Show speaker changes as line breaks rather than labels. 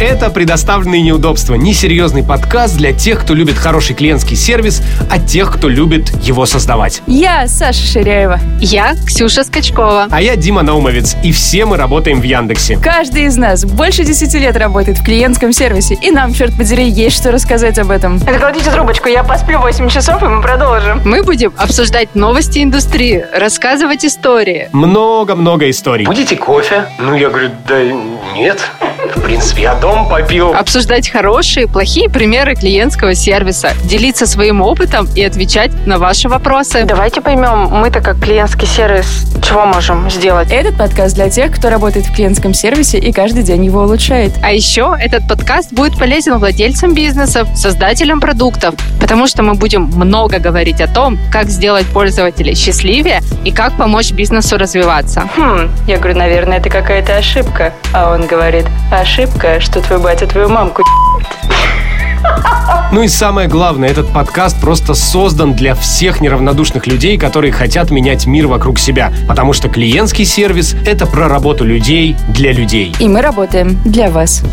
это предоставленные неудобства. Несерьезный подкаст для тех, кто любит хороший клиентский сервис, а тех, кто любит его создавать.
Я Саша Ширяева.
Я Ксюша Скачкова.
А я Дима Наумовец, и все мы работаем в Яндексе.
Каждый из нас больше 10 лет работает в клиентском сервисе, и нам, черт подери, есть что рассказать об этом. Это кладите трубочку, я посплю 8 часов, и мы продолжим.
Мы будем обсуждать новости индустрии, рассказывать истории.
Много-много историй.
Будете кофе? Ну, я говорю, да нет. В принципе, я дом попил.
А,
Обсуждать хорошие и плохие примеры клиентского сервиса, делиться своим опытом и отвечать на ваши вопросы.
Давайте поймем, мы-то как клиентский сервис, чего можем сделать?
Этот подкаст для тех, кто работает в клиентском сервисе и каждый день его улучшает.
А еще этот подкаст будет полезен владельцам бизнесов, создателям продуктов, потому что мы будем много говорить о том, как сделать пользователей счастливее и как помочь бизнесу развиваться.
Хм, я говорю, наверное, это какая-то ошибка. А он говорит, ошибка, что твой батя твою мамку
Ну и самое главное, этот подкаст просто создан для всех неравнодушных людей, которые хотят менять мир вокруг себя. Потому что клиентский сервис — это про работу людей для людей.
И мы работаем для вас.